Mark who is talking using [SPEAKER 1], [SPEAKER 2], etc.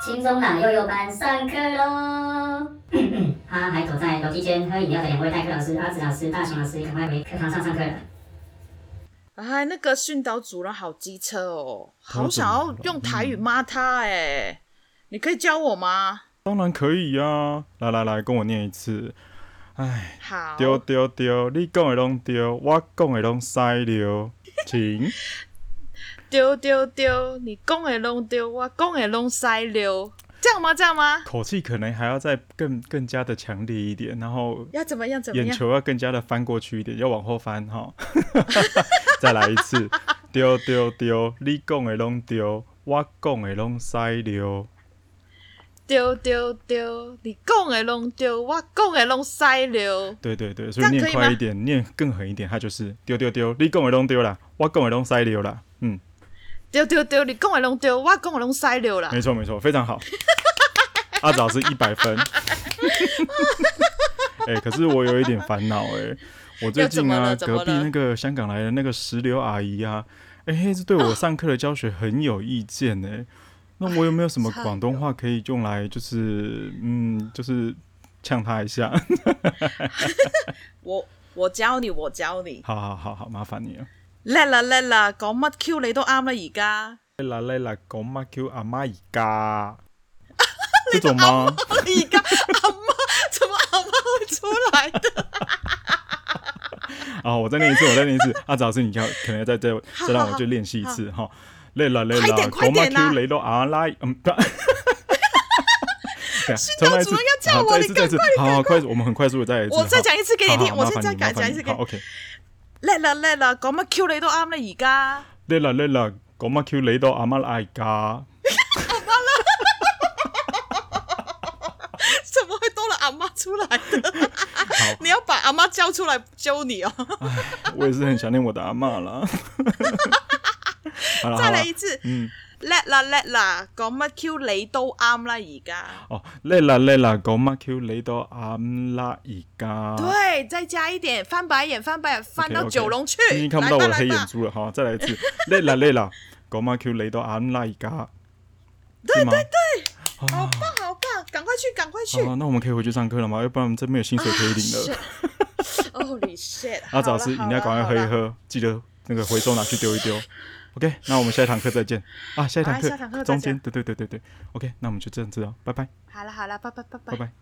[SPEAKER 1] 中朗幼幼班上课喽！他还躲在楼梯间喝饮料的两位代课老师阿紫老师、大雄老师，赶快回课堂上上课了。
[SPEAKER 2] 哎，那个训导主任好机车哦，
[SPEAKER 3] 他
[SPEAKER 2] 好想
[SPEAKER 3] 怎
[SPEAKER 2] 要
[SPEAKER 3] 么了
[SPEAKER 2] 用台语骂他哎、你可以教我吗？
[SPEAKER 3] 当然可以呀、来来来，跟我念一次。哎，
[SPEAKER 2] 好，
[SPEAKER 3] 丢丢丢，你讲的拢丢，我讲的拢塞流。请，
[SPEAKER 2] 丢丢丢，你讲的拢丢，我讲的拢塞溜，这样吗？这样吗？
[SPEAKER 3] 口气可能还要再更更加的强烈一点，然后
[SPEAKER 2] 要怎么样？怎么
[SPEAKER 3] 眼
[SPEAKER 2] 样？
[SPEAKER 3] 球要更加的翻过去一点，要往后翻哈。 再来一次，丢丢丢，你讲的拢丢，我讲的拢塞流。
[SPEAKER 2] 丢丢丢，你讲的拢丢，我讲的拢塞溜。
[SPEAKER 3] 对对对，
[SPEAKER 2] 这
[SPEAKER 3] 所
[SPEAKER 2] 样可
[SPEAKER 3] 以念
[SPEAKER 2] 以
[SPEAKER 3] 快
[SPEAKER 2] 吗
[SPEAKER 3] 一点，念更狠一点，它就是丢丢丢，你讲的拢丢啦，我讲的拢塞流啦。嗯，
[SPEAKER 2] 丢丢丢，你讲的拢丢，我讲的拢塞溜啦。
[SPEAKER 3] 没错没错，非 常好。阿早是一百分。哎、可是我有一点烦恼哎，我最
[SPEAKER 2] 又怎
[SPEAKER 3] 近
[SPEAKER 2] 么
[SPEAKER 3] 啊，
[SPEAKER 2] 了怎么
[SPEAKER 3] 隔壁
[SPEAKER 2] 了
[SPEAKER 3] 那个香港来的那个石榴阿姨啊，哎、欸，这对我上课的教学很有意见哎、那我有没有什么
[SPEAKER 2] 哎
[SPEAKER 3] 广东话可以用来就是嗯，就是呛她一下？
[SPEAKER 2] 我我教你，我教你。
[SPEAKER 3] 好好好好，麻烦你了。
[SPEAKER 2] 叻啦叻啦，讲乜 Q 你都啱啦，而家。
[SPEAKER 3] 来来来，讲乜 Q 阿妈而家？这种吗？
[SPEAKER 2] 而家阿妈怎么阿妈会出来的？
[SPEAKER 3] 啊，我再念一次，我再念一次。 阿早是你看，可能要再再再让我去练习一次哈。累了累了，
[SPEAKER 2] 快点快点啊啦
[SPEAKER 3] Q 雷到阿拉，嗯， 不对啊重来一次，
[SPEAKER 2] 训导主任要叫
[SPEAKER 3] 好
[SPEAKER 2] 我
[SPEAKER 3] 再一
[SPEAKER 2] 你
[SPEAKER 3] 次，再一次，好好快速，我们很快速的再来一次。
[SPEAKER 2] 我再
[SPEAKER 3] 好
[SPEAKER 2] 讲一次给你
[SPEAKER 3] 好好
[SPEAKER 2] 听我
[SPEAKER 3] 麻
[SPEAKER 2] 再
[SPEAKER 3] 烦
[SPEAKER 2] 讲
[SPEAKER 3] 你
[SPEAKER 2] 讲
[SPEAKER 3] 麻烦
[SPEAKER 2] 一次
[SPEAKER 3] 你
[SPEAKER 2] 给
[SPEAKER 3] 好，OK。
[SPEAKER 2] 叻啦叻啦，讲乜 Q 你都啱啦，而家。
[SPEAKER 3] 累了累了，講乜 Q 雷到阿妈而家？
[SPEAKER 2] 怎么会多了阿妈出来的？
[SPEAKER 3] 好，
[SPEAKER 2] 你要把阿妈叫出来揪你哦！
[SPEAKER 3] 我也是很想念我的阿妈 啦。好了好
[SPEAKER 2] 再
[SPEAKER 3] 了
[SPEAKER 2] 来，一次，
[SPEAKER 3] 嗯。
[SPEAKER 2] 叻啦叻啦，讲乜 Q 你都啱啦，而家。
[SPEAKER 3] 哦，叻啦叻啦，講乜 Q 你都啱啦而家。
[SPEAKER 2] 对，再加一点，翻白眼，翻白眼，翻到
[SPEAKER 3] OK，OK
[SPEAKER 2] 九龙去。
[SPEAKER 3] 已经看不到我
[SPEAKER 2] 来
[SPEAKER 3] 的
[SPEAKER 2] 吧
[SPEAKER 3] 黑
[SPEAKER 2] 来
[SPEAKER 3] 眼
[SPEAKER 2] 吧
[SPEAKER 3] 珠了，好，再来一次。 累啦累啦，講乜 Q 你都啱啦而家。对对对，
[SPEAKER 2] 哦好棒好棒，赶快去赶快去。
[SPEAKER 3] 哦好，那我们可以回去上课了吗？要不然我们这边有薪水可以领了。
[SPEAKER 2] 哦，你 shit！
[SPEAKER 3] 阿啊早吃饮料，赶快喝一
[SPEAKER 2] 好啦。
[SPEAKER 3] 喝，记得那个回收拿去丢一丢。OK，那我们下一堂课再见啊！下一堂
[SPEAKER 2] 好下一堂课
[SPEAKER 3] 课
[SPEAKER 2] 再见
[SPEAKER 3] 中间，对对对对对，OK，那我们就这样子哦，拜拜
[SPEAKER 2] 好了好了，拜拜拜拜
[SPEAKER 3] 拜。拜。